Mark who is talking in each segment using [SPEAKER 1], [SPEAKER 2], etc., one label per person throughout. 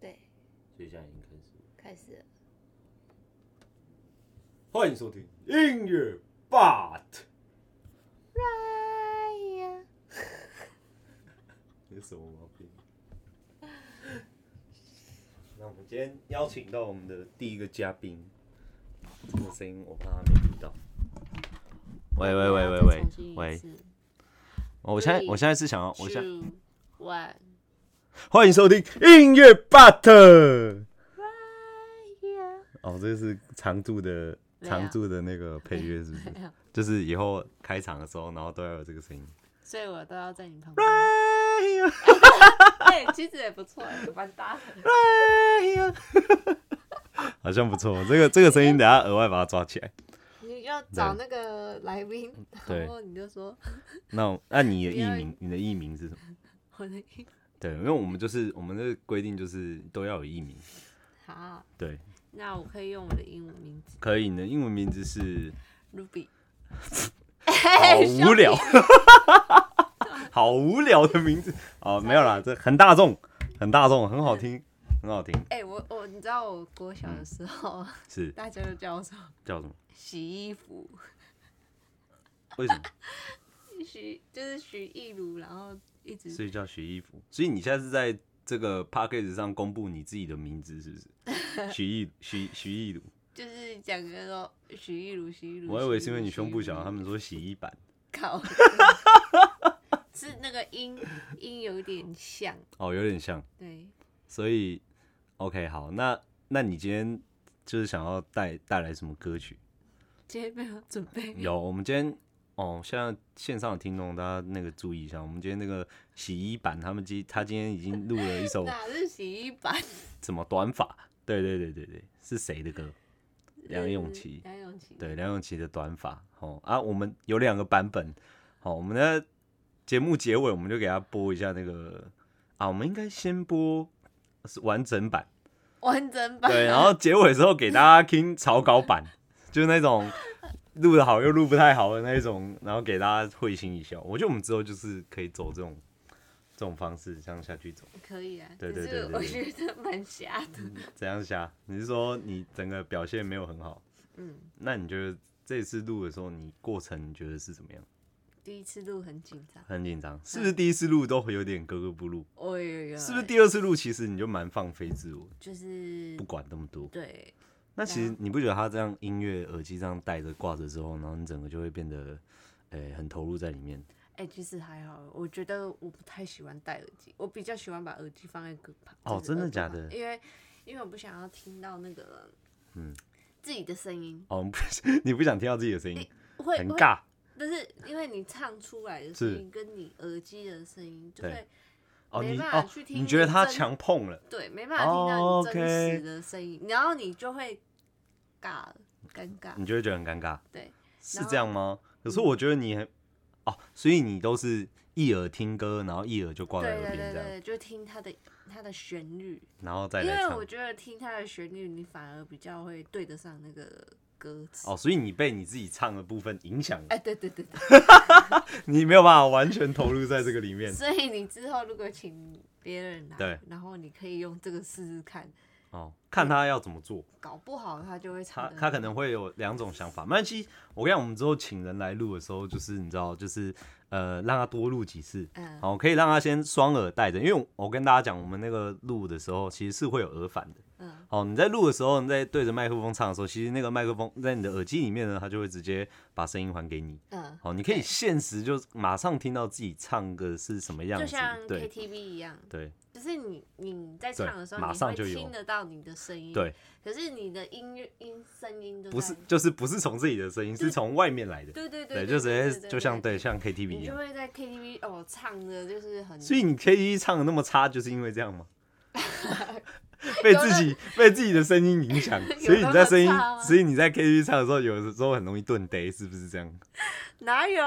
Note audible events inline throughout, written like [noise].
[SPEAKER 1] 所以现在已经开始了。
[SPEAKER 2] 开始了
[SPEAKER 1] 欢迎收听音乐 But，
[SPEAKER 2] Raya
[SPEAKER 1] 有什么毛病？ [laughs] 那我们今天邀请到我们的第一个嘉宾，这个声音我怕他没听到。喂喂喂喂
[SPEAKER 2] 再
[SPEAKER 1] 喂
[SPEAKER 2] 重新一
[SPEAKER 1] 喂！
[SPEAKER 2] 次
[SPEAKER 1] 我现在我现在是想要，我现
[SPEAKER 2] Two, one,
[SPEAKER 1] 欢迎收听音乐 But。
[SPEAKER 2] Raya
[SPEAKER 1] 哦，这个是常驻的
[SPEAKER 2] 没有
[SPEAKER 1] 常驻的那个配乐，是
[SPEAKER 2] [laughs]
[SPEAKER 1] 不是？就是以后开场的时候，然后都要有这个声音。
[SPEAKER 2] 所以我都要在你旁边。哎，其实也不错，蛮搭的。
[SPEAKER 1] [laughs] 好像不错，这个这个声音等下额外把它抓起来。
[SPEAKER 2] 你要找那个来宾，
[SPEAKER 1] 对
[SPEAKER 2] 然后你就说
[SPEAKER 1] 那我那你的
[SPEAKER 2] 不
[SPEAKER 1] 艺
[SPEAKER 2] 要
[SPEAKER 1] 名，你的艺名是什么？
[SPEAKER 2] 我的
[SPEAKER 1] 对，因为我们就是我们的规定就是都要有艺名。
[SPEAKER 2] 好，
[SPEAKER 1] 对，
[SPEAKER 2] 那我可以用我的英文名字
[SPEAKER 1] 可以。你的英文名字是
[SPEAKER 2] Ruby。哎
[SPEAKER 1] 好无聊， [laughs] 好无聊的名字哦，没有啦，这很大众，很大众，很好听，很好听，
[SPEAKER 2] 哎，我我你知道我国小的时候，
[SPEAKER 1] 是
[SPEAKER 2] 大家都叫我什么？
[SPEAKER 1] 叫什么？
[SPEAKER 2] 洗衣服，
[SPEAKER 1] 为
[SPEAKER 2] [laughs]
[SPEAKER 1] 什么？
[SPEAKER 2] 徐就是徐艺如，然后一直
[SPEAKER 1] 所以叫洗衣服。所以你现在是在这个 p a c k a g e 上公布你自己的名字，是不是？
[SPEAKER 2] [laughs]
[SPEAKER 1] 徐艺徐徐艺如，
[SPEAKER 2] 就是讲个说徐艺如，徐艺如。
[SPEAKER 1] 我以为是
[SPEAKER 2] 徐
[SPEAKER 1] 因
[SPEAKER 2] 艺
[SPEAKER 1] 为
[SPEAKER 2] 如
[SPEAKER 1] 你胸部
[SPEAKER 2] 徐艺
[SPEAKER 1] 小，
[SPEAKER 2] 如
[SPEAKER 1] 他们说洗衣板。
[SPEAKER 2] 靠， [laughs] 是那个音音有点像，
[SPEAKER 1] 哦，有点像。
[SPEAKER 2] 对，
[SPEAKER 1] 所以 OK，好，那那你今天就是想要带带来什么歌曲？
[SPEAKER 2] 今天没有准备，
[SPEAKER 1] 有，我们今天哦，现在线上的听众大家那个注意一下，我们今天那个洗衣板，他们今他今天已经录了一 [laughs] 首
[SPEAKER 2] 哪是洗衣板？
[SPEAKER 1] 什么短发？对对对对对，是谁的歌？梁咏琪
[SPEAKER 2] 嗯。梁咏琪，
[SPEAKER 1] 对，梁咏琪的短发。哦啊，我们有两个版本。好、我们的节目结尾我们就给他播一下那个啊，我们应该先播是完整版，
[SPEAKER 2] 完整版，
[SPEAKER 1] 对，然后结尾之后给大家听草稿版，就是那种录的好又录不太好的那一种，然后给大家会心一笑。我觉得我们之后就是可以走这种这种方式这样下去走，
[SPEAKER 2] 可以啊，
[SPEAKER 1] 对
[SPEAKER 2] 只
[SPEAKER 1] 对
[SPEAKER 2] 是
[SPEAKER 1] 对
[SPEAKER 2] 我
[SPEAKER 1] 对
[SPEAKER 2] 觉得蛮瞎的，
[SPEAKER 1] 怎样下？你是说你整个表现没有很好？
[SPEAKER 2] 嗯，
[SPEAKER 1] 那你觉得这次录的时候，你过程你觉得是怎么样？
[SPEAKER 2] 第一次录很紧张，
[SPEAKER 1] 很紧张，是不是第一次录都会有点格格不入？
[SPEAKER 2] 哦呦呦，
[SPEAKER 1] 是不是第二次录其实你就蛮放飞自我，
[SPEAKER 2] 就是
[SPEAKER 1] 不管那么多？
[SPEAKER 2] 对，
[SPEAKER 1] 那其实你不觉得他这样音乐耳机这样戴着挂着之后，然后你整个就会变得，诶、很投入在里面？
[SPEAKER 2] 哎，其实还好，我觉得我不太喜欢戴耳机，我比较喜欢把耳机放在歌旁。
[SPEAKER 1] 哦
[SPEAKER 2] 就是
[SPEAKER 1] 真的
[SPEAKER 2] 耳朵
[SPEAKER 1] 假
[SPEAKER 2] 旁
[SPEAKER 1] 的
[SPEAKER 2] 因为因为我不想要听到那个
[SPEAKER 1] 嗯
[SPEAKER 2] 自己的声音，
[SPEAKER 1] 哦， [laughs] 不是，你不想听到自己的声音，
[SPEAKER 2] 会
[SPEAKER 1] 很
[SPEAKER 2] 会
[SPEAKER 1] 尬。
[SPEAKER 2] 但是因为你唱出来的声
[SPEAKER 1] 是
[SPEAKER 2] 音跟你耳机的声音，就
[SPEAKER 1] 对
[SPEAKER 2] 会
[SPEAKER 1] 哦，
[SPEAKER 2] 没
[SPEAKER 1] 你
[SPEAKER 2] 办法
[SPEAKER 1] 哦
[SPEAKER 2] 去，听
[SPEAKER 1] 你觉得他
[SPEAKER 2] 真
[SPEAKER 1] 强碰了？
[SPEAKER 2] 对没办法听到
[SPEAKER 1] 哦
[SPEAKER 2] 你真
[SPEAKER 1] ，OK
[SPEAKER 2] 实的声音，然后你就会尬了尴尬。
[SPEAKER 1] 你就会觉得很尴尬，
[SPEAKER 2] 对，
[SPEAKER 1] 是
[SPEAKER 2] 然后嗯
[SPEAKER 1] 这样吗？可是我觉得你很，哦，所以你都是一耳听歌，然后一耳就挂在
[SPEAKER 2] 对
[SPEAKER 1] 耳
[SPEAKER 2] 对
[SPEAKER 1] 边
[SPEAKER 2] 对
[SPEAKER 1] 这样，
[SPEAKER 2] 对，就听它的它的旋律，
[SPEAKER 1] 然后再
[SPEAKER 2] 因
[SPEAKER 1] 来
[SPEAKER 2] 为
[SPEAKER 1] 唱
[SPEAKER 2] 我。觉得听它的旋律，你反而比较会对得上那个歌词。
[SPEAKER 1] 哦，所以你被你自己唱的部分影响了，
[SPEAKER 2] 哎，对对对对，
[SPEAKER 1] 你没有办法完全投入在这个 [laughs] 里面。
[SPEAKER 2] 所以你之后如果请别人来，
[SPEAKER 1] 对，
[SPEAKER 2] 然后你可以用这个试试看，
[SPEAKER 1] 哦，看他要怎么做，
[SPEAKER 2] 搞不好他就会唱
[SPEAKER 1] 他
[SPEAKER 2] 得。
[SPEAKER 1] 他可能会有两种想法。没关系，我跟你讲，我们之后请人来录的时候，就是你知道，就是呃，让他多录几次，
[SPEAKER 2] 嗯
[SPEAKER 1] 好，可以让他先双耳戴着，因为我我跟大家讲，我们那个录的时候其实是会有耳返的。
[SPEAKER 2] 嗯，
[SPEAKER 1] 好，你在录的时候，你在对着麦克风唱的时候，其实那个麦克风在你的耳机里面呢，它就会直接把声音还给你。
[SPEAKER 2] 嗯，
[SPEAKER 1] 好，你可以
[SPEAKER 2] 对
[SPEAKER 1] 限时就马上听到自己唱的是什么样
[SPEAKER 2] 就
[SPEAKER 1] 子
[SPEAKER 2] 像，
[SPEAKER 1] 对
[SPEAKER 2] KTV 一样，
[SPEAKER 1] 对
[SPEAKER 2] 就是你你在
[SPEAKER 1] 对
[SPEAKER 2] 唱的时候，
[SPEAKER 1] 马
[SPEAKER 2] 你
[SPEAKER 1] 上
[SPEAKER 2] 会
[SPEAKER 1] 就有
[SPEAKER 2] 听得到你的声音，
[SPEAKER 1] 对，
[SPEAKER 2] 可是你的音乐音声音都在
[SPEAKER 1] 不是，就是不是从自己的声音，是从外面来的。
[SPEAKER 2] 啊对对
[SPEAKER 1] 对，
[SPEAKER 2] 对，
[SPEAKER 1] 就直
[SPEAKER 2] 对
[SPEAKER 1] 接就像，对像 KTV
[SPEAKER 2] 对对对
[SPEAKER 1] 一
[SPEAKER 2] 你就
[SPEAKER 1] 样。
[SPEAKER 2] 会在 KTV 哦唱的就是很，
[SPEAKER 1] 所以你 KTV 唱的那么差，就是因为这样
[SPEAKER 2] [laughs]
[SPEAKER 1] 吗？被自己被自己的声音影
[SPEAKER 2] [laughs]
[SPEAKER 1] 响，所以你在声音
[SPEAKER 2] 有那么差，吗
[SPEAKER 1] 所以你在 KTV 唱的时候，有的时候很容易顿呆，是不是这样？[laughs]
[SPEAKER 2] 哪有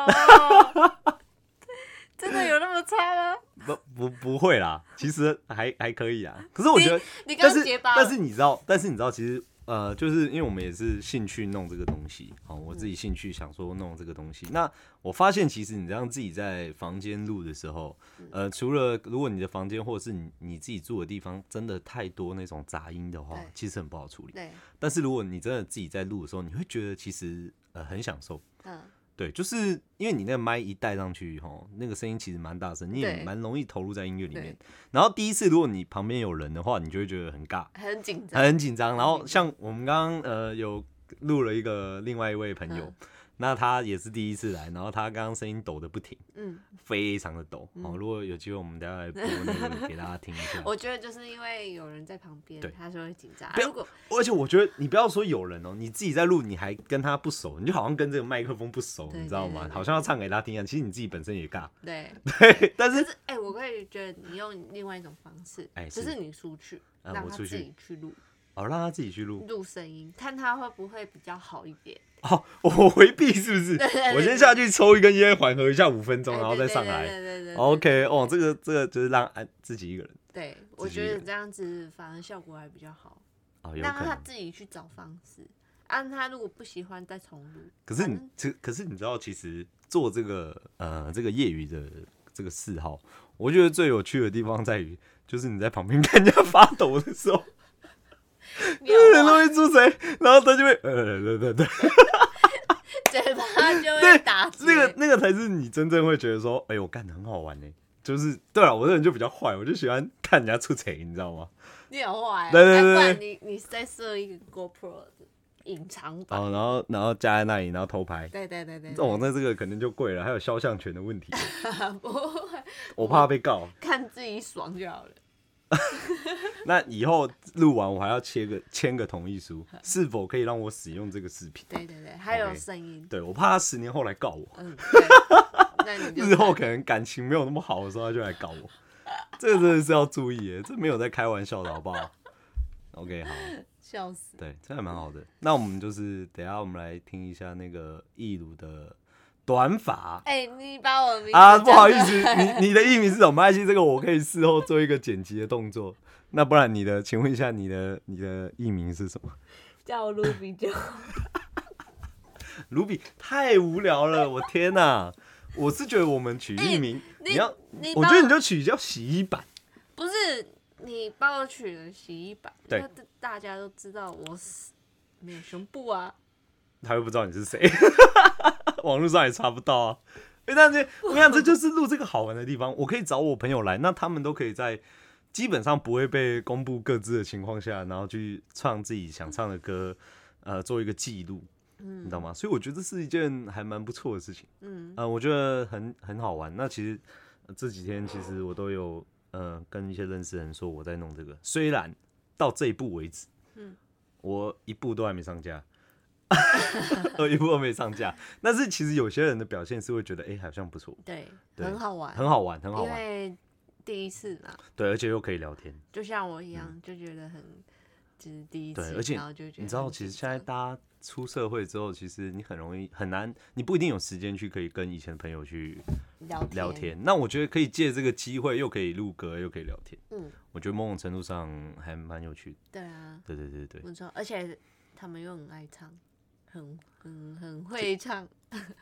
[SPEAKER 2] 真的有那么差吗？
[SPEAKER 1] 不不不会啦，其实还还可以啊。可是我觉得，
[SPEAKER 2] 你刚
[SPEAKER 1] 但
[SPEAKER 2] 刚
[SPEAKER 1] 是
[SPEAKER 2] 结巴了，
[SPEAKER 1] 但是你知道，但是你知道，其实呃，就是因为我们也是兴趣弄这个东西，好，我自己
[SPEAKER 2] 嗯
[SPEAKER 1] 兴趣想说弄这个东西。那我发现其实你这样自己在房间录的时候，
[SPEAKER 2] 嗯
[SPEAKER 1] 呃，除了如果你的房间或者是你你自己住的地方真的太多那种杂音的话
[SPEAKER 2] 对，
[SPEAKER 1] 其实很不好处理。
[SPEAKER 2] 对，
[SPEAKER 1] 但是如果你真的自己在录的时候，你会觉得其实呃很享受，
[SPEAKER 2] 嗯，
[SPEAKER 1] 对，就是因为你那个麦一带上去，吼，那个声音其实蛮大声，你也
[SPEAKER 2] 对
[SPEAKER 1] 蛮容易投入在音乐里面
[SPEAKER 2] 对。
[SPEAKER 1] 然后第一次如果你旁边有人的话，你就会觉得很尬，
[SPEAKER 2] 很紧张，嗯
[SPEAKER 1] 很紧张。然后像我们刚刚呃有录了一个另外一位朋友，
[SPEAKER 2] 嗯
[SPEAKER 1] 那他也是第一次来，然后他刚刚声音抖的不停，
[SPEAKER 2] 嗯，
[SPEAKER 1] 非常的抖。哦，如果有机会，我们等一下来播那个给大家听一下。
[SPEAKER 2] [laughs] 我觉得就是因为有人在旁边
[SPEAKER 1] 对，
[SPEAKER 2] 他就会紧张。啊
[SPEAKER 1] 不要
[SPEAKER 2] 如果
[SPEAKER 1] 而且我觉得你不要说有人哦，你自己在录，你还跟他不熟，你就好像跟这个麦克风不熟，
[SPEAKER 2] 对
[SPEAKER 1] 你知道
[SPEAKER 2] 对
[SPEAKER 1] 吗
[SPEAKER 2] 对？对
[SPEAKER 1] 好像要唱给他听一样，其实你自己本身也
[SPEAKER 2] [laughs]
[SPEAKER 1] 尬， [laughs]
[SPEAKER 2] 对，
[SPEAKER 1] 对，但
[SPEAKER 2] 可
[SPEAKER 1] 是
[SPEAKER 2] 是哎、我会觉得你用另外一种方式，
[SPEAKER 1] 哎
[SPEAKER 2] 就是是你出去，
[SPEAKER 1] 啊
[SPEAKER 2] 让
[SPEAKER 1] 我
[SPEAKER 2] 他
[SPEAKER 1] 出
[SPEAKER 2] 自
[SPEAKER 1] 去
[SPEAKER 2] 己去录
[SPEAKER 1] 哦，让他自己去录。
[SPEAKER 2] 录声音，看他会不会比较好一点。
[SPEAKER 1] 哦，我回避是不是
[SPEAKER 2] [laughs] 对对？对
[SPEAKER 1] 我先下去抽一根烟，缓和一下五分钟，
[SPEAKER 2] 哎
[SPEAKER 1] 然后再上来。
[SPEAKER 2] 对对对对对对
[SPEAKER 1] OK，哦，这个这个就是让安自己一个人
[SPEAKER 2] 对，我
[SPEAKER 1] 自己
[SPEAKER 2] 觉
[SPEAKER 1] 一
[SPEAKER 2] 得
[SPEAKER 1] 个
[SPEAKER 2] 这样子反而效果还比较好，
[SPEAKER 1] 哦，有
[SPEAKER 2] 让
[SPEAKER 1] 可
[SPEAKER 2] 他
[SPEAKER 1] 能。
[SPEAKER 2] 自己去找方式。按、他如果不喜欢再重
[SPEAKER 1] [laughs]
[SPEAKER 2] 录，
[SPEAKER 1] 可是
[SPEAKER 2] 反
[SPEAKER 1] 你
[SPEAKER 2] 正，
[SPEAKER 1] 可可是你知道，其实做这个呃这个业余的这个嗜好，我觉得最有趣的地方在于，就是你在旁边 [laughs] 看人家发抖的时候，
[SPEAKER 2] 你
[SPEAKER 1] 那个人
[SPEAKER 2] 有啊
[SPEAKER 1] 都
[SPEAKER 2] 话
[SPEAKER 1] 会出谁，然后他就会呃对对对，
[SPEAKER 2] 嘴巴就
[SPEAKER 1] 对
[SPEAKER 2] 会打结。
[SPEAKER 1] 那个那个才是你真正会觉得说，哎呦，干的很好玩呢。就是对了，我这人就比较坏，我就喜欢看人家出贼，你知道吗？
[SPEAKER 2] 你很坏、啊，
[SPEAKER 1] 对对对对
[SPEAKER 2] 哎不然你你再设一个 GoPro 的隐藏版，
[SPEAKER 1] 哦，然后然后加在那里，然后偷拍。
[SPEAKER 2] 对对对对对，
[SPEAKER 1] 哦，那这个可能就贵了，还有肖像权的问题，
[SPEAKER 2] 不会
[SPEAKER 1] 我怕被告。
[SPEAKER 2] 看自己爽就好了。
[SPEAKER 1] [laughs] 那以后录完我还要签个签个同意书，是否可以让我使用这个视频？
[SPEAKER 2] 对对对，还有
[SPEAKER 1] OK
[SPEAKER 2] 声音，
[SPEAKER 1] 对，我怕他十年后来告我，
[SPEAKER 2] 嗯，对，那你就
[SPEAKER 1] 日后可能感情没有那么好的时候他就来告我， [laughs] 这个真的是要注意耶，这没有在开玩笑的好不好？OK，好，
[SPEAKER 2] 笑死。
[SPEAKER 1] 对，这还蛮好的。那我们就是等一下我们来听一下那个易如的短发。
[SPEAKER 2] 哎、你把我的名字 [laughs]
[SPEAKER 1] 啊，
[SPEAKER 2] 讲
[SPEAKER 1] 不好意
[SPEAKER 2] 出来
[SPEAKER 1] 思，你你的艺名是什么？没关系，这个我可以事后做一个剪辑的动作。那不然你的，请问一下你的你的艺名是什么？
[SPEAKER 2] 叫我 Ruby 就好。
[SPEAKER 1] 卢比太无聊了，我天哪、我是觉得我们取艺名，
[SPEAKER 2] 你
[SPEAKER 1] 你要，
[SPEAKER 2] 你
[SPEAKER 1] 我
[SPEAKER 2] 把
[SPEAKER 1] 觉得你就取叫洗衣板。
[SPEAKER 2] 不是你帮我取了洗衣板，
[SPEAKER 1] 对
[SPEAKER 2] 那大大家都知道我是没有胸部啊，
[SPEAKER 1] 他又不知道你是谁， [laughs] 网络上也查不到啊。哎、但是我想这就是录这个好玩的地方。我可以找我朋友来，那他们都可以在基本上不会被公布各自的情况下，然后去唱自己想唱的歌，呃，做一个记录，你知道吗？所以我觉得这是一件还蛮不错的事情。
[SPEAKER 2] 嗯，
[SPEAKER 1] 呃，我觉得很很好玩。那其实、呃这几天其实我都有呃跟一些认识的人说我在弄这个，虽然到这一步为止，
[SPEAKER 2] 嗯
[SPEAKER 1] 我一步都还没上架， [laughs] 我一步都没上架。但是其实有些人的表现是会觉得，哎、好像不错，
[SPEAKER 2] 对，
[SPEAKER 1] 对
[SPEAKER 2] 很好玩，
[SPEAKER 1] 很好玩，很好
[SPEAKER 2] 因
[SPEAKER 1] 玩，
[SPEAKER 2] 为第一次嘛，
[SPEAKER 1] 对，而且又可以聊天。
[SPEAKER 2] 就像我一样，就觉得很就是第一次，
[SPEAKER 1] 嗯对而且
[SPEAKER 2] 然后就觉得
[SPEAKER 1] 你知道，
[SPEAKER 2] 很
[SPEAKER 1] 其实
[SPEAKER 2] 紧
[SPEAKER 1] 现在
[SPEAKER 2] 张
[SPEAKER 1] 大家出社会之后，其实你很容易很难，你不一定有时间去可以跟以前的朋友去
[SPEAKER 2] 聊天
[SPEAKER 1] 聊天。那我觉得可以借这个机会，又可以录歌，又可以聊天。
[SPEAKER 2] 嗯，
[SPEAKER 1] 我觉得某种程度上还蛮有趣的。
[SPEAKER 2] 对啊，
[SPEAKER 1] 对对对对，
[SPEAKER 2] 不错，而且他们又很爱唱，很很很会唱，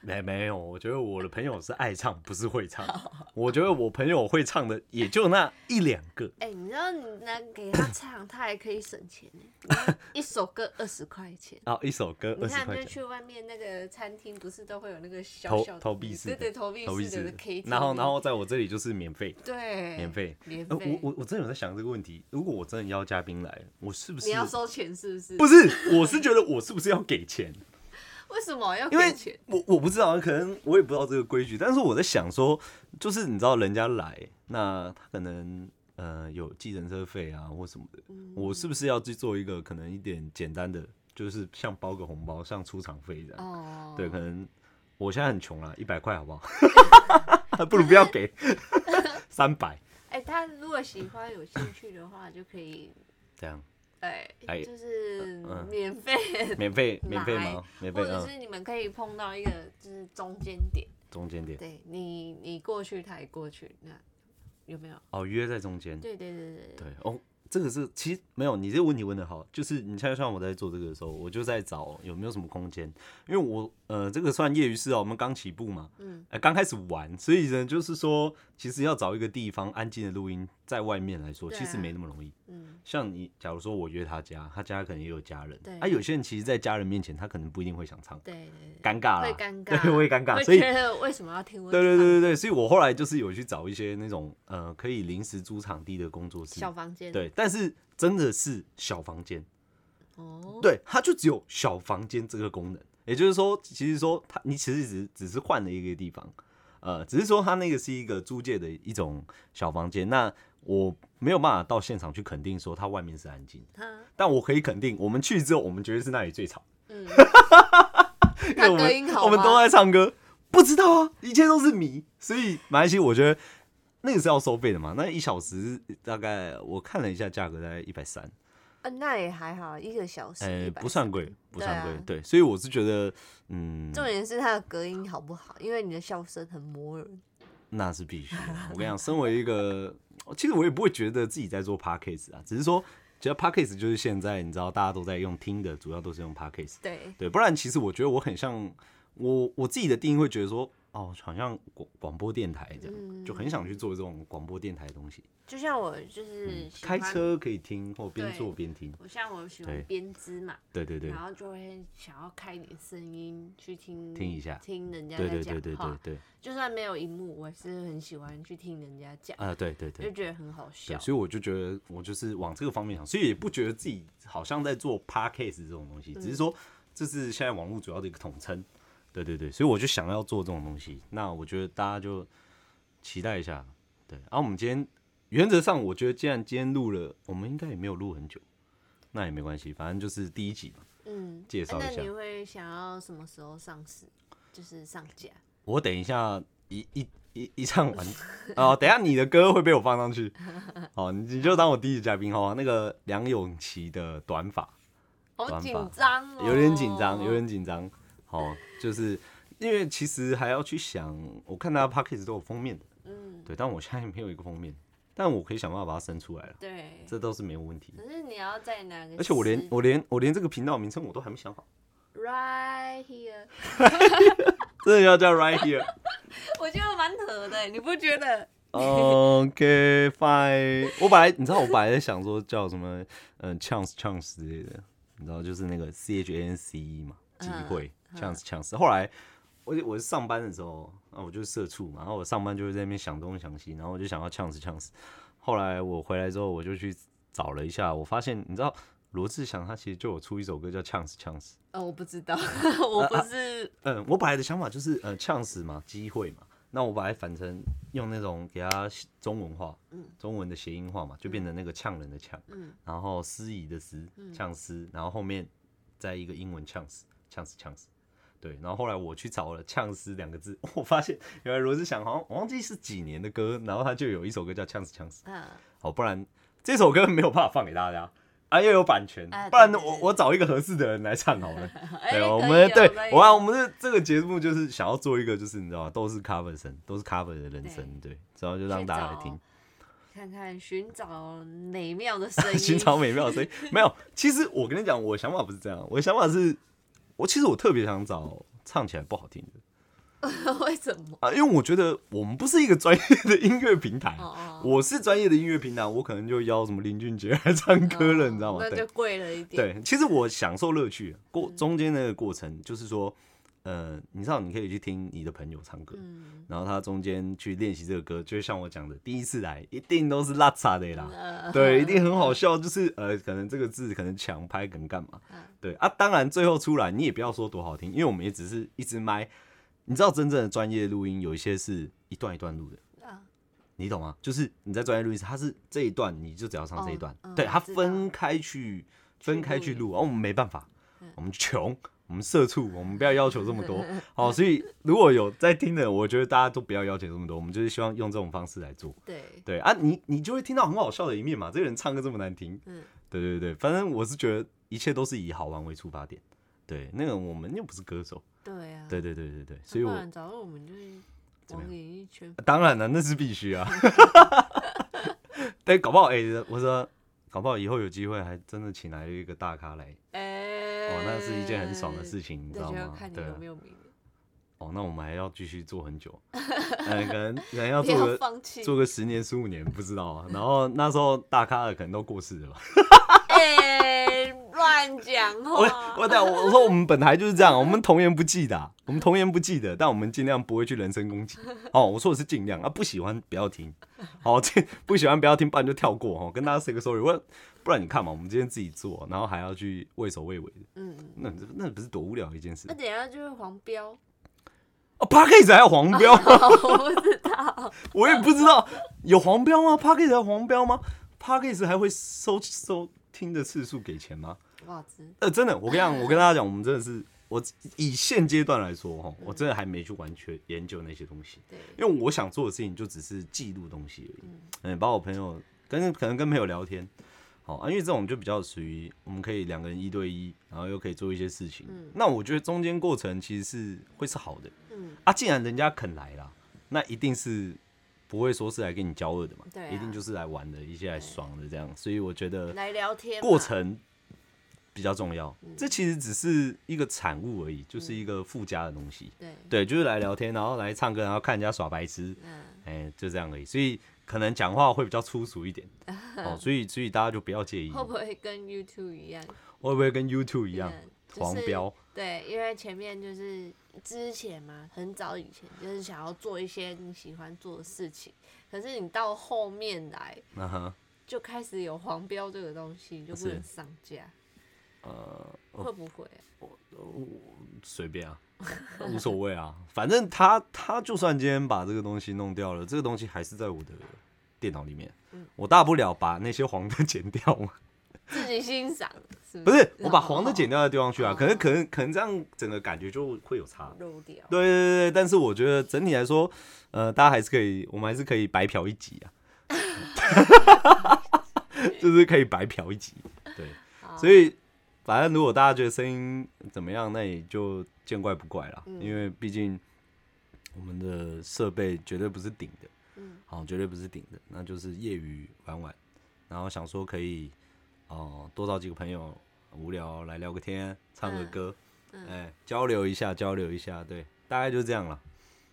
[SPEAKER 1] 没没有，我觉得我的朋友是爱唱，不是会
[SPEAKER 2] [laughs]
[SPEAKER 1] 唱。我觉得我朋友会唱的也就那一两个。
[SPEAKER 2] 哎、你知道你能给他唱，他还可以省钱呢，你 [laughs] 看一首歌二十块钱。
[SPEAKER 1] 啊，一首歌
[SPEAKER 2] 你
[SPEAKER 1] 二十
[SPEAKER 2] 看，
[SPEAKER 1] 块
[SPEAKER 2] 就
[SPEAKER 1] 钱，
[SPEAKER 2] 去外面那个餐厅，不是都会有那个小
[SPEAKER 1] 投
[SPEAKER 2] 小的
[SPEAKER 1] 投币式的
[SPEAKER 2] 对对，投币
[SPEAKER 1] 投币
[SPEAKER 2] 式
[SPEAKER 1] 式
[SPEAKER 2] 的
[SPEAKER 1] 的
[SPEAKER 2] K，
[SPEAKER 1] 然后然后在我这里就是免费，
[SPEAKER 2] 对，
[SPEAKER 1] 免费。
[SPEAKER 2] 免
[SPEAKER 1] 呃
[SPEAKER 2] 费
[SPEAKER 1] 我，我我真的有在想这个问题，如果我真的邀嘉宾来，我是不是
[SPEAKER 2] 你要收钱是不是？
[SPEAKER 1] 不是？我是觉得我是不是要给钱？
[SPEAKER 2] 为什么要
[SPEAKER 1] 因为
[SPEAKER 2] 给 [laughs] 钱？
[SPEAKER 1] 我我不知道，可能我也不知道这个规矩，但是我在想说，就是你知道人家来，那他可能呃有计程车费啊或什么的，
[SPEAKER 2] 嗯
[SPEAKER 1] 我是不是要去做一个可能一点简单的，就是像包个红包，像出场费这样？
[SPEAKER 2] 哦，
[SPEAKER 1] 对，可能我现在很穷啦，一百块好不
[SPEAKER 2] [laughs]
[SPEAKER 1] 好？不如不要给三百，
[SPEAKER 2] 哎、他如果喜欢有兴趣的话，就可以，
[SPEAKER 1] 这样
[SPEAKER 2] 哎、
[SPEAKER 1] 哎
[SPEAKER 2] 就是
[SPEAKER 1] 嗯
[SPEAKER 2] 免费
[SPEAKER 1] 免费免费
[SPEAKER 2] 来
[SPEAKER 1] 吗？免费
[SPEAKER 2] 或者
[SPEAKER 1] 嗯，
[SPEAKER 2] 是你们可以碰到一个就是中间点，
[SPEAKER 1] 中间点
[SPEAKER 2] 对你你过去他也过去，那有没有？
[SPEAKER 1] 哦，约在中间，
[SPEAKER 2] 对对对对对，
[SPEAKER 1] 对哦，这个是其实没有，你这个问题问的好，就是你像像我在做这个的时候，我就在找有没有什么空间，因为我呃这个算业余事啊，我们刚起步嘛，
[SPEAKER 2] 嗯，
[SPEAKER 1] 呃刚开始玩，所以呢就是说，其实要找一个地方安静的录音，在外面来说，
[SPEAKER 2] 对啊
[SPEAKER 1] 其实没那么容易。
[SPEAKER 2] 嗯，
[SPEAKER 1] 像你假如说我约他家，他家可能也有家人
[SPEAKER 2] 对，
[SPEAKER 1] 啊有些人其实，在家人面前他可能不一定会想唱，
[SPEAKER 2] 对对
[SPEAKER 1] 尴尬
[SPEAKER 2] 对，
[SPEAKER 1] 啦，
[SPEAKER 2] 会尴
[SPEAKER 1] [laughs]
[SPEAKER 2] 尬，
[SPEAKER 1] 对，会尴尬，所
[SPEAKER 2] 会
[SPEAKER 1] 以
[SPEAKER 2] 觉得为什么要听我？
[SPEAKER 1] 对对对，对对，所以我后来就是有去找一些那种呃可以临时租场地的工作室，
[SPEAKER 2] 小房间，，
[SPEAKER 1] 对，但是真的是小房间，
[SPEAKER 2] 哦，
[SPEAKER 1] 对，它就只有小房间这个功能，也就是说，其实说它你其实只只是换了一个地方，呃，只是说它那个是一个租借的一种小房间，那我没有办法到现场去肯定说它外面是安静的，
[SPEAKER 2] 他，
[SPEAKER 1] 但我可以肯定，我们去之后，我们绝对是那里最吵。
[SPEAKER 2] 嗯，
[SPEAKER 1] [laughs] 因为我
[SPEAKER 2] 隔音
[SPEAKER 1] 们
[SPEAKER 2] 好
[SPEAKER 1] 我们都
[SPEAKER 2] 吗
[SPEAKER 1] 在唱歌，不知道啊，一切都是谜。所以马来西亚，我觉得那个是要收费的嘛，那一小时大概我看了一下价格，大概一百三，
[SPEAKER 2] 呃那也还好，一个小时，
[SPEAKER 1] 呃，
[SPEAKER 2] 130
[SPEAKER 1] 不算贵，不算
[SPEAKER 2] 对
[SPEAKER 1] 贵
[SPEAKER 2] 啊，
[SPEAKER 1] 对。所以我是觉得，嗯，
[SPEAKER 2] 重点是它的隔音好不好？因为你的笑声很磨人。
[SPEAKER 1] 那是必须的。我跟你讲，身为一个，其实我也不会觉得自己在做 podcast 啊，只是说，觉得 podcast 就是现在你知道大家都在用听的，主要都是用 podcast。
[SPEAKER 2] 对，
[SPEAKER 1] 对，不然其实我觉得我很像我我自己的定义会觉得说，哦，好像广广播电台这样，
[SPEAKER 2] 嗯
[SPEAKER 1] 就很想去做这种广播电台的东西。嗯
[SPEAKER 2] 就像我就是喜
[SPEAKER 1] 开
[SPEAKER 2] 欢，
[SPEAKER 1] 车可以听，或边
[SPEAKER 2] 对
[SPEAKER 1] 做边听。
[SPEAKER 2] 我像我喜
[SPEAKER 1] 对
[SPEAKER 2] 欢编织嘛，
[SPEAKER 1] 对对对
[SPEAKER 2] 然后就会想要开一点声音去听
[SPEAKER 1] 听一下
[SPEAKER 2] 听人家
[SPEAKER 1] 对
[SPEAKER 2] 在
[SPEAKER 1] 对
[SPEAKER 2] 讲
[SPEAKER 1] 对对对
[SPEAKER 2] 话。
[SPEAKER 1] 对，
[SPEAKER 2] 就算没有荧幕，我也是很喜欢去听人家讲，
[SPEAKER 1] 啊对对
[SPEAKER 2] 就
[SPEAKER 1] 对。
[SPEAKER 2] 觉得很好
[SPEAKER 1] 对，
[SPEAKER 2] 笑。
[SPEAKER 1] 所以我就觉得我就是往这个方面想，所以也不觉得自己好像在做 podcast 这种东西，只是说这是现在网络主要的一个统称。对对对，所以我就想要做这种东西。那我觉得大家就期待一下。对，然、后我们今天原则上，我觉得既然今天录了，我们应该也没有录很久，那也没关系，反正就是第一集嘛。
[SPEAKER 2] 嗯，
[SPEAKER 1] 介绍一
[SPEAKER 2] 那
[SPEAKER 1] 下
[SPEAKER 2] 你会想要什么时候上市？就是上架？
[SPEAKER 1] 我等一下一一一一唱完 [laughs] 哦，等一下你的歌会被我放上
[SPEAKER 2] [laughs]
[SPEAKER 1] 去。好，你你就当我第一集嘉宾好吗？那个梁咏琪的短发
[SPEAKER 2] 好
[SPEAKER 1] 短
[SPEAKER 2] 紧
[SPEAKER 1] 发
[SPEAKER 2] 张哦，
[SPEAKER 1] 有点紧张，有点紧张。好，就是因为其实还要去想，我看大家 p o c k e t 都有封面的，
[SPEAKER 2] 嗯，
[SPEAKER 1] 对，但我现在没有一个封面，但我可以想办法把它生出来了，
[SPEAKER 2] 对。
[SPEAKER 1] 这都是没有问题的。
[SPEAKER 2] 可是你要在哪个时？
[SPEAKER 1] 而且我连我连我连这个频道名称我都还没想好，
[SPEAKER 2] right here， [laughs]
[SPEAKER 1] 真的要叫 Right Here。
[SPEAKER 2] 我觉得蛮扯的，欸你不觉得？
[SPEAKER 1] OK fine，我本来你知道我本来在想说叫什么，嗯，chance chance 之类的，你知道就是那个 C H A N C E 嘛，机会 chance chance。后来我我上班的时候，啊，我就是社畜嘛，然后我上班就会在那边想东想西，然后我就想要 chance chance。后来我回来之后，我就去找了一下，我发现你知道罗志祥他其实就有出一首歌叫 chance chance。
[SPEAKER 2] 哦，我不知道， [laughs] 我不是，
[SPEAKER 1] 嗯，我本来的想法就是，呃，呛死嘛，机会嘛。那我把它反成用那种给它中文化，
[SPEAKER 2] 嗯
[SPEAKER 1] 中文的谐音化嘛，就变成那个呛人的呛，然后司仪的司，
[SPEAKER 2] 嗯
[SPEAKER 1] 呛司，然后后面再一个英文呛死，呛死呛死，对。然后后来我去找了呛死两个字， [laughs] 我发现原来罗志祥好像我忘记是几年的歌，然后他就有一首歌叫呛死呛死，
[SPEAKER 2] 嗯，
[SPEAKER 1] 好，不然这首歌没有办法放给大家。啊，又有版权
[SPEAKER 2] 啊，
[SPEAKER 1] 不然
[SPEAKER 2] 对对
[SPEAKER 1] 我
[SPEAKER 2] 对
[SPEAKER 1] 我找一个合适的人来唱好了。
[SPEAKER 2] 哎
[SPEAKER 1] 对，我
[SPEAKER 2] 可以
[SPEAKER 1] 们
[SPEAKER 2] 哦
[SPEAKER 1] 对
[SPEAKER 2] 可以，
[SPEAKER 1] 我啊，
[SPEAKER 2] 哦
[SPEAKER 1] 我们这这个节目就是想要做一个，就是你知道吗？都是 cover 声，都是 cover 的人声，对，然后就让大家来听，
[SPEAKER 2] 看看寻找美妙的声
[SPEAKER 1] [laughs]
[SPEAKER 2] 音，
[SPEAKER 1] 寻找美妙的声音。 [laughs] 没有，其实我跟你讲，我想法不是这样，我的想法是，我其实我特别想找唱起来不好听的
[SPEAKER 2] [laughs] 为什么？
[SPEAKER 1] 啊，因为我觉得我们不是一个专业的音乐平台，
[SPEAKER 2] 哦哦，
[SPEAKER 1] 我是专业的音乐平台，我可能就邀什么林俊杰来唱歌了，你知道吗？
[SPEAKER 2] 哦嗯那
[SPEAKER 1] 对
[SPEAKER 2] 就贵了一点。嗯
[SPEAKER 1] 对，其实我享受乐趣过中间那个过程，就是说，呃，你知道你可以去听你的朋友唱歌，
[SPEAKER 2] 嗯，
[SPEAKER 1] 然后他中间去练习这个歌，就像我讲的，第一次来一定都是拉碴的啦，
[SPEAKER 2] 呃，
[SPEAKER 1] 对，一定很
[SPEAKER 2] [laughs]
[SPEAKER 1] 好笑，就是呃，可能这个字可能强拍，可能干嘛
[SPEAKER 2] 嗯，
[SPEAKER 1] 对啊，当然最后出来你也不要说多好听，因为我们也只是一支麦，你知道真正的专业录音有一些是一段一段录的。
[SPEAKER 2] 啊
[SPEAKER 1] 你懂吗？就是你在专业录音室，它是这一段你就只要唱这一段，
[SPEAKER 2] 嗯嗯
[SPEAKER 1] 对，它
[SPEAKER 2] 知道
[SPEAKER 1] 分开去分开去录，而、哦嗯我们没办法，我们穷，我们社畜，我们不要要求这么 [laughs] 多。好，所以如果有在听的，我觉得大家都不要要求这么多，我们就是希望用这种方式来做。
[SPEAKER 2] 对，
[SPEAKER 1] 对啊，你你就会听到很好笑的一面嘛。这个人唱歌这么难听，
[SPEAKER 2] 嗯
[SPEAKER 1] 对对对，反正我是觉得一切都是以好玩为出发点。对，那个我们又不是歌手，
[SPEAKER 2] 对啊，
[SPEAKER 1] 对对对对对，所以
[SPEAKER 2] 那
[SPEAKER 1] 我
[SPEAKER 2] 不然早上我们就是
[SPEAKER 1] 怎么
[SPEAKER 2] 往
[SPEAKER 1] 样
[SPEAKER 2] 演艺圈，
[SPEAKER 1] [laughs] 当然了，那是必须啊。对，搞不好哎、我说搞不好以后有机会还真的请来了一个大咖来，
[SPEAKER 2] 哎、
[SPEAKER 1] 哦，那是一件很爽的事情，你知
[SPEAKER 2] 呃那
[SPEAKER 1] 道
[SPEAKER 2] 就要
[SPEAKER 1] 吗
[SPEAKER 2] 看？你
[SPEAKER 1] 对
[SPEAKER 2] 有
[SPEAKER 1] 啊
[SPEAKER 2] 没，有名，
[SPEAKER 1] 哦，那我们还要继续做很
[SPEAKER 2] [laughs]
[SPEAKER 1] 久，嗯，可能可能要
[SPEAKER 2] 不
[SPEAKER 1] 做
[SPEAKER 2] 要
[SPEAKER 1] 个
[SPEAKER 2] 放弃。
[SPEAKER 1] 做个十年十五年，不知道啊。然后那时候大咖的可能都过世了
[SPEAKER 2] [laughs]
[SPEAKER 1] 吧。
[SPEAKER 2] 哎，乱讲
[SPEAKER 1] 我
[SPEAKER 2] 话。
[SPEAKER 1] 我讲，我说我们本来就是这样，我们童言不忌的啊、我们童言不忌的，但我们尽量不会去人身攻击。哦，我说的是尽量啊，不喜欢不要听。好，这 [laughs] 不喜欢不要听，不然就跳过哦。跟大家 say 个 sorry，我不然你看嘛，我们今天自己做，然后还要去畏首畏尾的，
[SPEAKER 2] 嗯，
[SPEAKER 1] 那那不是多无聊的一件事
[SPEAKER 2] 那等一下就是黄标，
[SPEAKER 1] 哦 p a c k a g e 还有
[SPEAKER 2] [laughs]
[SPEAKER 1] 黄标吗？
[SPEAKER 2] 我不知道。
[SPEAKER 1] [laughs] 我也不知道有黄标吗 p a c k a g e 还有黄标吗 p a c k a g e 还会收收听的次数给钱吗？
[SPEAKER 2] 哇，真
[SPEAKER 1] 呃，真的，我跟你讲，我跟大家讲，我们真的是，我以现阶段来说，哈，我真的还没去完全研究那些东西，
[SPEAKER 2] 对，
[SPEAKER 1] 因为我想做的事情就只是记录东西而已，嗯，包括朋友跟可能跟朋友聊天，好啊，因为这种就比较属于我们可以两个人一对一，然后又可以做一些事情，那我觉得中间过程其实是会是好的
[SPEAKER 2] 嗯，
[SPEAKER 1] 啊，既然人家肯来啦，那一定是。不会说是来跟你交恶的嘛，
[SPEAKER 2] 对啊
[SPEAKER 1] 一定就是来玩的，一些来爽的这样，所以我觉得
[SPEAKER 2] 来聊天嘛
[SPEAKER 1] 过。程比较重要。
[SPEAKER 2] 嗯
[SPEAKER 1] 这其实只是一个产物而已，就是一个附加的东西。
[SPEAKER 2] 对，
[SPEAKER 1] 对，就是来聊天，然后来唱歌，然后看人家耍白痴，
[SPEAKER 2] 嗯，
[SPEAKER 1] 哎、就这样而已。所以可能讲话会比较粗俗一
[SPEAKER 2] [laughs]
[SPEAKER 1] 点，哦，所以所以大家就不要介意，
[SPEAKER 2] 会不会跟 YouTube 一样？
[SPEAKER 1] 会不会跟 YouTube 一
[SPEAKER 2] 一
[SPEAKER 1] 样、
[SPEAKER 2] 嗯就是
[SPEAKER 1] 黄标？
[SPEAKER 2] 对，因为前面就是之前嘛，很早以前就是想要做一些你喜欢做的事情，可是你到后面来
[SPEAKER 1] 嗯哼，
[SPEAKER 2] 就开始有黄标这个东西，你就不
[SPEAKER 1] 是
[SPEAKER 2] 能上架，
[SPEAKER 1] 呃，
[SPEAKER 2] 会不会啊、
[SPEAKER 1] 随便
[SPEAKER 2] [laughs]
[SPEAKER 1] 啊，无所谓啊，反正他他就算今天把这个东西弄掉了，这个东西还是在我的电脑里面，
[SPEAKER 2] 嗯
[SPEAKER 1] 我大不了把那些黄的 [laughs] 剪掉嘛。
[SPEAKER 2] 自己欣赏是
[SPEAKER 1] 不
[SPEAKER 2] 不
[SPEAKER 1] 是，我把黄的剪
[SPEAKER 2] 掉
[SPEAKER 1] 掉再丢上去啊，
[SPEAKER 2] 嗯哦
[SPEAKER 1] 可能可能可能这样整个感觉就会有差。
[SPEAKER 2] 漏掉，
[SPEAKER 1] 对对对对，但是我觉得整体来说，呃，大家还是可以，我们还是可以白嫖一集啊， [laughs] 就是可以白嫖一集。对，
[SPEAKER 2] 好
[SPEAKER 1] 所以反正如果大家觉得声音怎么样，那也就见怪不怪啦，
[SPEAKER 2] 嗯
[SPEAKER 1] 因为毕竟我们的设备绝对不是顶的，
[SPEAKER 2] 嗯，
[SPEAKER 1] 好，绝对不是顶的，那就是业余玩玩，然后想说可以哦、多找几个朋友无聊来聊个天，唱个
[SPEAKER 2] 嗯
[SPEAKER 1] 歌，哎、交流一下，交流一下，对，大概就这样了。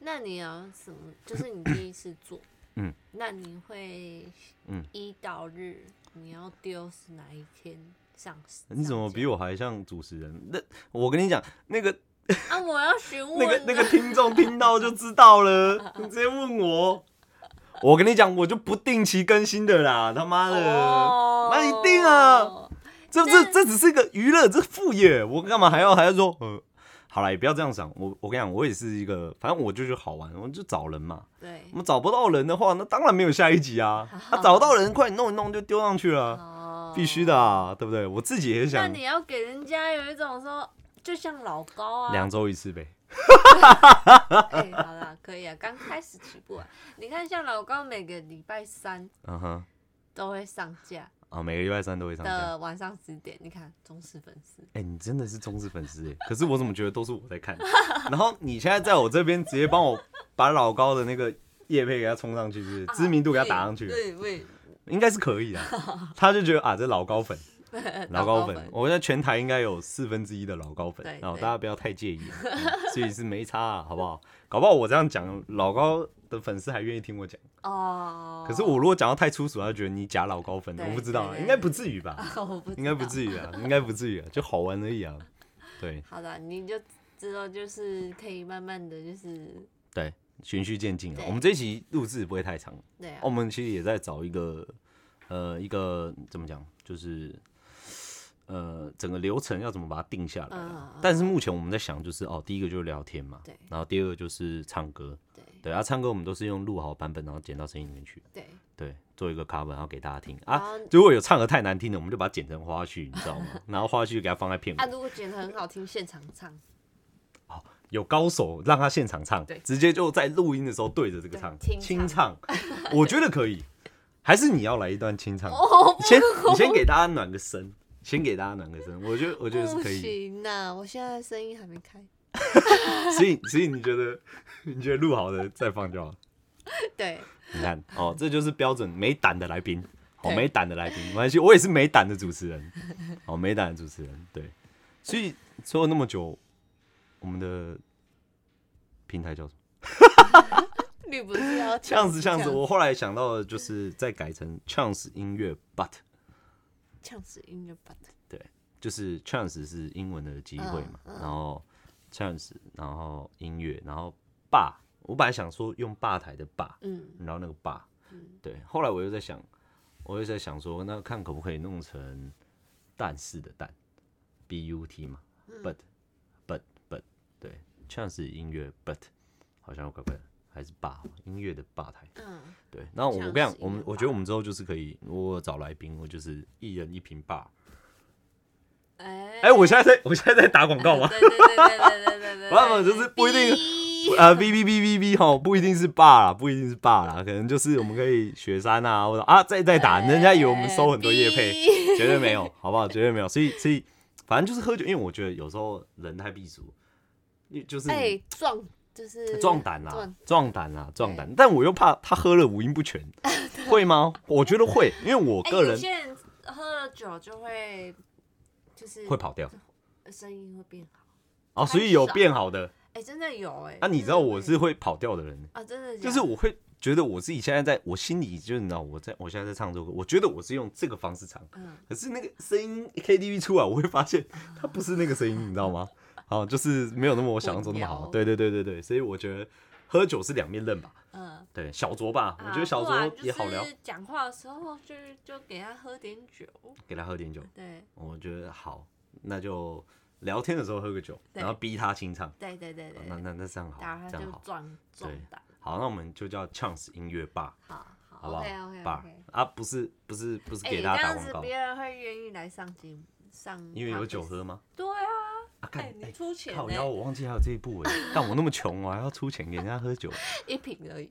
[SPEAKER 2] 那你有什么？就是你第一次做，
[SPEAKER 1] [coughs] 嗯，
[SPEAKER 2] 那你会，
[SPEAKER 1] 嗯，
[SPEAKER 2] 一到日你要丢是哪一天上？
[SPEAKER 1] 你怎么
[SPEAKER 2] 上
[SPEAKER 1] 比我还像主持人？那我跟你讲，那个
[SPEAKER 2] 架啊？我要询问
[SPEAKER 1] 那个那个
[SPEAKER 2] 啊
[SPEAKER 1] 听众听到就知道
[SPEAKER 2] [laughs]
[SPEAKER 1] 了，你直接问我。我跟你讲，我就不定期更新的啦，他妈的，
[SPEAKER 2] 哦
[SPEAKER 1] 那一定啊！这这
[SPEAKER 2] 但
[SPEAKER 1] 这只是一个娱乐，这是副业，我干嘛还要还要说？呃，好啦，也不要这样想。我我跟你讲，我也是一个，反正我就觉得好玩，我就找人嘛。
[SPEAKER 2] 对
[SPEAKER 1] 我，们找不到人的话，那当然没有下一集啊。啊，找到人，快弄一弄就丢上去了，
[SPEAKER 2] 哦
[SPEAKER 1] 必须的、。啊，对不对？我自己也
[SPEAKER 2] 那
[SPEAKER 1] 想
[SPEAKER 2] 你要给人家有一种说，就像老高啊，
[SPEAKER 1] 两周一次呗。
[SPEAKER 2] 哎、好啦，可以啊，刚开始起步啊。你看，像老高每个礼拜三
[SPEAKER 1] 嗯哼，
[SPEAKER 2] 都会上架
[SPEAKER 1] 啊，每个礼拜三都会上架。
[SPEAKER 2] 的晚上十点，你看忠实粉丝，
[SPEAKER 1] 哎、你真的是忠实粉丝哎！可是我怎么觉得都是我在看？然后你现在在我这边直接帮我把老高的那个叶配给他冲上去，是不是知名度给他打上去，
[SPEAKER 2] 啊对对，
[SPEAKER 1] 应该是可以的。他就觉得啊，这老
[SPEAKER 2] [laughs]
[SPEAKER 1] 高粉，
[SPEAKER 2] 对
[SPEAKER 1] 老
[SPEAKER 2] 高
[SPEAKER 1] 高粉，我在全台应该有四分之一的老高粉
[SPEAKER 2] 对，
[SPEAKER 1] 然后
[SPEAKER 2] 对
[SPEAKER 1] 大家不要太介意，嗯所以是没差、啊，好不好？搞不好我这样讲，老高的粉丝还愿意听我讲。
[SPEAKER 2] 哦。
[SPEAKER 1] 可是我如果讲到太粗俗，他就觉得你假老高粉，
[SPEAKER 2] 对
[SPEAKER 1] 我不知道啊，
[SPEAKER 2] 对对
[SPEAKER 1] 应该不至于吧？
[SPEAKER 2] 我不知
[SPEAKER 1] 应该不
[SPEAKER 2] 道
[SPEAKER 1] 至于啊，应该不至于啊，就好玩而已啊。对
[SPEAKER 2] [laughs] 好啦，你就知道就是可以慢慢的就是
[SPEAKER 1] 对，循序渐进啊。
[SPEAKER 2] 对
[SPEAKER 1] 我们这一期录制不会太长，
[SPEAKER 2] 对啊
[SPEAKER 1] 我，们其实也在找一个呃一个怎么讲，就是呃整个流程要怎么把它定下来、
[SPEAKER 2] 嗯嗯
[SPEAKER 1] 啊。
[SPEAKER 2] 嗯
[SPEAKER 1] 但是目前我们在想，就是哦，第一个就是聊天嘛，
[SPEAKER 2] 对
[SPEAKER 1] 然后第二个就是唱歌，
[SPEAKER 2] 对
[SPEAKER 1] 对啊，唱歌我们都是用录好版本，然后剪到声音里面去，
[SPEAKER 2] 对，
[SPEAKER 1] 对，做一个 cover，然后给大家听
[SPEAKER 2] 然
[SPEAKER 1] 啊。
[SPEAKER 2] 后
[SPEAKER 1] 如果有唱的太难听的，我们就把它剪成花絮，你知
[SPEAKER 2] [laughs]
[SPEAKER 1] 道吗？然后花絮给它放在片尾
[SPEAKER 2] 啊，，如果剪得很好听，现场唱，
[SPEAKER 1] 有高手让他现场唱
[SPEAKER 2] 对，
[SPEAKER 1] 直接就在录音的时候对着这个唱
[SPEAKER 2] 对清
[SPEAKER 1] 清唱， [laughs] 我觉得可以。还是你要来一段清唱，
[SPEAKER 2] 哦，
[SPEAKER 1] 先你先给大家暖个身，先给大家暖个身，我觉得我觉得是
[SPEAKER 2] 不
[SPEAKER 1] 可以。
[SPEAKER 2] 行呐，我现在声音还没开， [laughs]
[SPEAKER 1] 所以所以你觉得你觉得 [laughs] 录好的再放就好。
[SPEAKER 2] 对，
[SPEAKER 1] 你看哦，这就是标准没胆的来宾好
[SPEAKER 3] 对
[SPEAKER 1] 没胆的来宾，没关系，我也是没胆的主持人，好没胆的主持人，对，所以做了那么久，我们的平台叫什么？
[SPEAKER 3] 你不是要
[SPEAKER 1] 这样子，这样子，我后来想到的就是再改成 Chance 音乐 But，
[SPEAKER 3] 呛死音乐版的
[SPEAKER 1] 就是 Chance 是英文的机会
[SPEAKER 3] 嗯
[SPEAKER 1] 嘛，然后 Chance，然后音乐，然后霸，我本来想说用吧台的霸，
[SPEAKER 3] 嗯，
[SPEAKER 1] 然后那个霸，对，后来我又在想，我又在想说，那看可不可以弄成但是的但，B U T 嘛，but
[SPEAKER 3] 嗯
[SPEAKER 1] but but，对，Chance 音乐 but，好像怪怪的，还是霸音乐的吧台，
[SPEAKER 3] 嗯，
[SPEAKER 1] 对，那我
[SPEAKER 3] 这样
[SPEAKER 1] 跟你讲
[SPEAKER 3] 是，一
[SPEAKER 1] 我们
[SPEAKER 3] 个
[SPEAKER 1] 我
[SPEAKER 3] 吧
[SPEAKER 1] 觉得我们之后就是可以，如果找来宾，我就是一人一瓶吧。
[SPEAKER 3] 哎
[SPEAKER 1] 哎、我现在在我现在在打广告吗？
[SPEAKER 3] 对对对对对对对
[SPEAKER 1] [laughs]
[SPEAKER 3] 对，
[SPEAKER 1] 不不就是不一定
[SPEAKER 3] 定
[SPEAKER 1] 呃，B B B B B 吼，不一定是爸啦，不一定是爸啦，可能就是我们可以雪山啊，或者啊再再
[SPEAKER 3] 哎
[SPEAKER 1] 打，人家以为我们收很多夜配， [laughs] 绝对没有，好不好？绝对没有。所以所以反正就是喝酒，因为我觉得有时候人太避俗，你就是
[SPEAKER 3] 哎、撞就是
[SPEAKER 1] 壮胆啊啦
[SPEAKER 3] 撞，
[SPEAKER 1] 壮胆啦，壮胆。但我又怕他喝了五音
[SPEAKER 3] [laughs]
[SPEAKER 1] 不全，会吗？我觉得会，因为我
[SPEAKER 3] 哎、
[SPEAKER 1] 个
[SPEAKER 3] 有
[SPEAKER 1] 人
[SPEAKER 3] 些人喝了酒就会就是
[SPEAKER 1] 会跑掉
[SPEAKER 3] 声音会变好，
[SPEAKER 1] 哦，所以有变好的。
[SPEAKER 3] 哎、真的有哎、
[SPEAKER 1] 那你知道我
[SPEAKER 3] 真
[SPEAKER 1] 是
[SPEAKER 3] 的会
[SPEAKER 1] 会跑掉的人，
[SPEAKER 3] 啊，真的假的
[SPEAKER 1] 就是我会觉得我自己现在在我心里，就是你知道我在我现在在唱这首歌，我觉得我是用这个方式唱，
[SPEAKER 3] 嗯
[SPEAKER 1] 可是那个声音 KTV 出来，我会发现它不是那个
[SPEAKER 3] [laughs]
[SPEAKER 1] 声音，你知道吗？好，就是没有那么我想象中那么
[SPEAKER 3] 混
[SPEAKER 1] 好。
[SPEAKER 3] 淆
[SPEAKER 1] 对对对对对，所以我觉得喝酒是两面刃吧。
[SPEAKER 3] 嗯。
[SPEAKER 1] 对，小酌吧，我觉得小
[SPEAKER 3] 啊不然
[SPEAKER 1] 酌也好聊
[SPEAKER 3] 就，是讲话的时候就就给他喝点酒，
[SPEAKER 1] 给他喝点酒，
[SPEAKER 3] 对
[SPEAKER 1] 我觉得好，那就聊天的时候喝个酒，
[SPEAKER 3] 对
[SPEAKER 1] 然后逼他清唱，
[SPEAKER 3] 对对对对
[SPEAKER 1] 那
[SPEAKER 3] 对，
[SPEAKER 1] 那那这样好
[SPEAKER 3] 然后，
[SPEAKER 1] 这
[SPEAKER 3] 他
[SPEAKER 1] 样
[SPEAKER 3] 就
[SPEAKER 1] 好，
[SPEAKER 3] 壮壮
[SPEAKER 1] 对
[SPEAKER 3] 胆，
[SPEAKER 1] 好，那我们就叫 Chance 音乐吧。
[SPEAKER 3] 好好
[SPEAKER 1] 好不好
[SPEAKER 3] OK OK
[SPEAKER 1] 爸
[SPEAKER 3] OK，
[SPEAKER 1] 啊，不是不是不是
[SPEAKER 3] 哎，
[SPEAKER 1] 给
[SPEAKER 3] 这
[SPEAKER 1] 大家打
[SPEAKER 3] 样
[SPEAKER 1] 广
[SPEAKER 3] 子
[SPEAKER 1] 告，
[SPEAKER 3] 别人会愿意来上节目上，
[SPEAKER 1] 因为有酒。喝吗？
[SPEAKER 3] 对啊，
[SPEAKER 1] 啊，看
[SPEAKER 3] 哎，，你
[SPEAKER 1] 哎，
[SPEAKER 3] 出钱
[SPEAKER 1] 靠
[SPEAKER 3] 呢
[SPEAKER 1] 腰，我忘记还有这一步哎，
[SPEAKER 3] [laughs]
[SPEAKER 1] 但我那么穷，我还要出钱给人家喝酒，
[SPEAKER 3] 一瓶而已，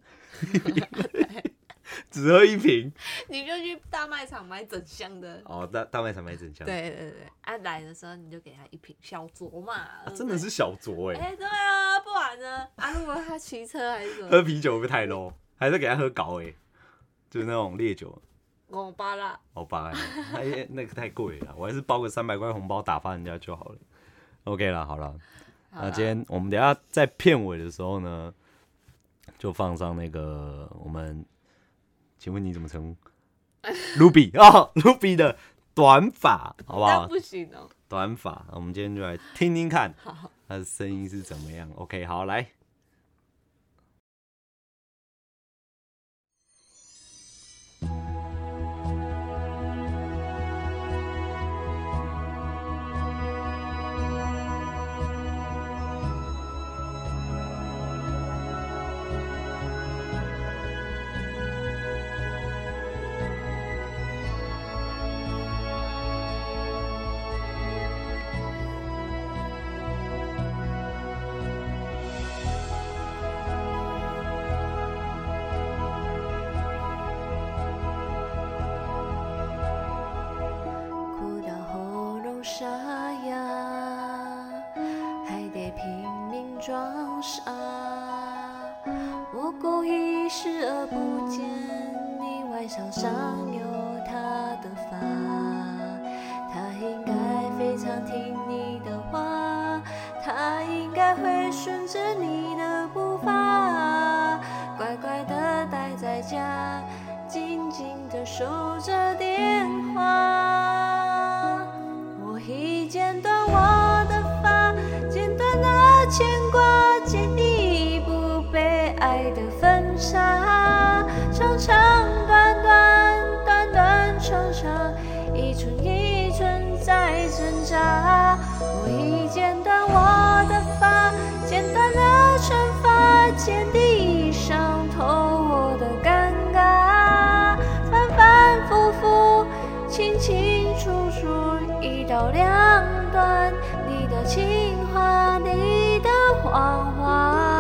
[SPEAKER 1] 只喝一瓶。
[SPEAKER 3] 你就去大卖场买整箱的。
[SPEAKER 1] 哦，大大卖场买整箱，
[SPEAKER 3] 对对对，啊来的时候你就给他一瓶小酌嘛
[SPEAKER 1] 啊，，真的是小酌
[SPEAKER 3] 对不对。
[SPEAKER 1] 哎，
[SPEAKER 3] 哎，对啊，不然呢？啊，如果他骑车还是什
[SPEAKER 1] 喝
[SPEAKER 3] 么，
[SPEAKER 1] 啤酒会不会太 low？还是给他喝高哎，就是那种烈酒，
[SPEAKER 3] 我巴拉，
[SPEAKER 1] 好吧，哎，那个太贵了，我还是包个三百块红包打发人家就好了。OK 啦，好了。
[SPEAKER 3] 好
[SPEAKER 1] 那
[SPEAKER 3] 啦
[SPEAKER 1] 今天我们等一下在片尾的时候呢，就放上那个我们，请问你怎么称呼？Ruby [laughs] 哦，Ruby 的短发，好不
[SPEAKER 3] 那
[SPEAKER 1] 好？
[SPEAKER 3] 不行哦。
[SPEAKER 1] 短发，我们今天就来听听看
[SPEAKER 3] 好，
[SPEAKER 1] 他的声音是怎么样。OK，好，来。
[SPEAKER 2] 哭到喉咙沙哑，还得拼命装傻。我故意视而不见，你外裳上有他的发，他应该非常听你的话，他应该会顺着你的步伐，乖乖的待在家。静静地守着电话。我已剪断我的发，剪断那牵挂，剪一不被爱的分纱，长长短短，短短长长，一寸一寸在挣扎。我已剪断我的发，剪断了惩罚，剪地上透我的尴尬，反反复复，清清楚楚，一刀两断，你的情话，你的谎话。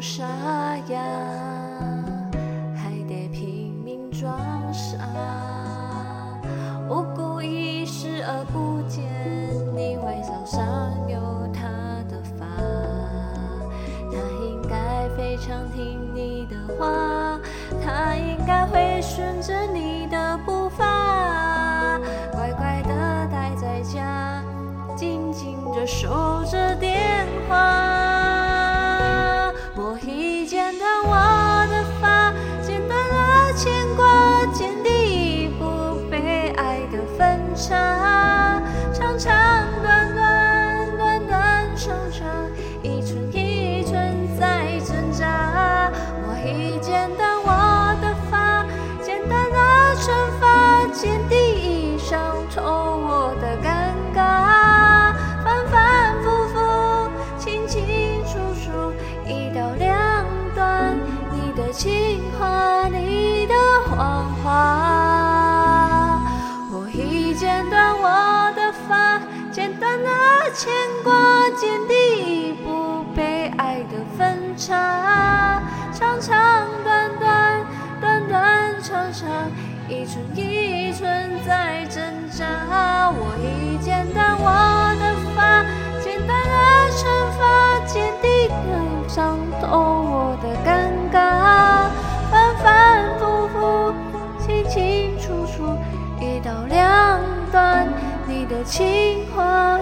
[SPEAKER 4] 沙哑，还得拼命装傻。我故意视而不见，你外套上有她的发，她应该非常听你的话，她应该会顺着你的步伐，乖乖的待在家，静静的守着电话。我已剪断我的发，剪断了牵挂，剪第一步被爱的分叉，长长短短，短短长长，一寸一寸在挣扎。我已剪断我的发，剪断了惩罚，剪第一伤透我的尴尬，反反复复，清清楚楚，一刀两断，你的情话，你的谎话，我已剪断我的发，剪断了牵挂，剪第一步被爱的分叉，长长短短，短短长长，一寸一寸在挣扎，我已剪断我的发，剪断了惩罚，剪第的伤透我的尴尬，反反复复，清清楚楚，一刀两断，你的情话。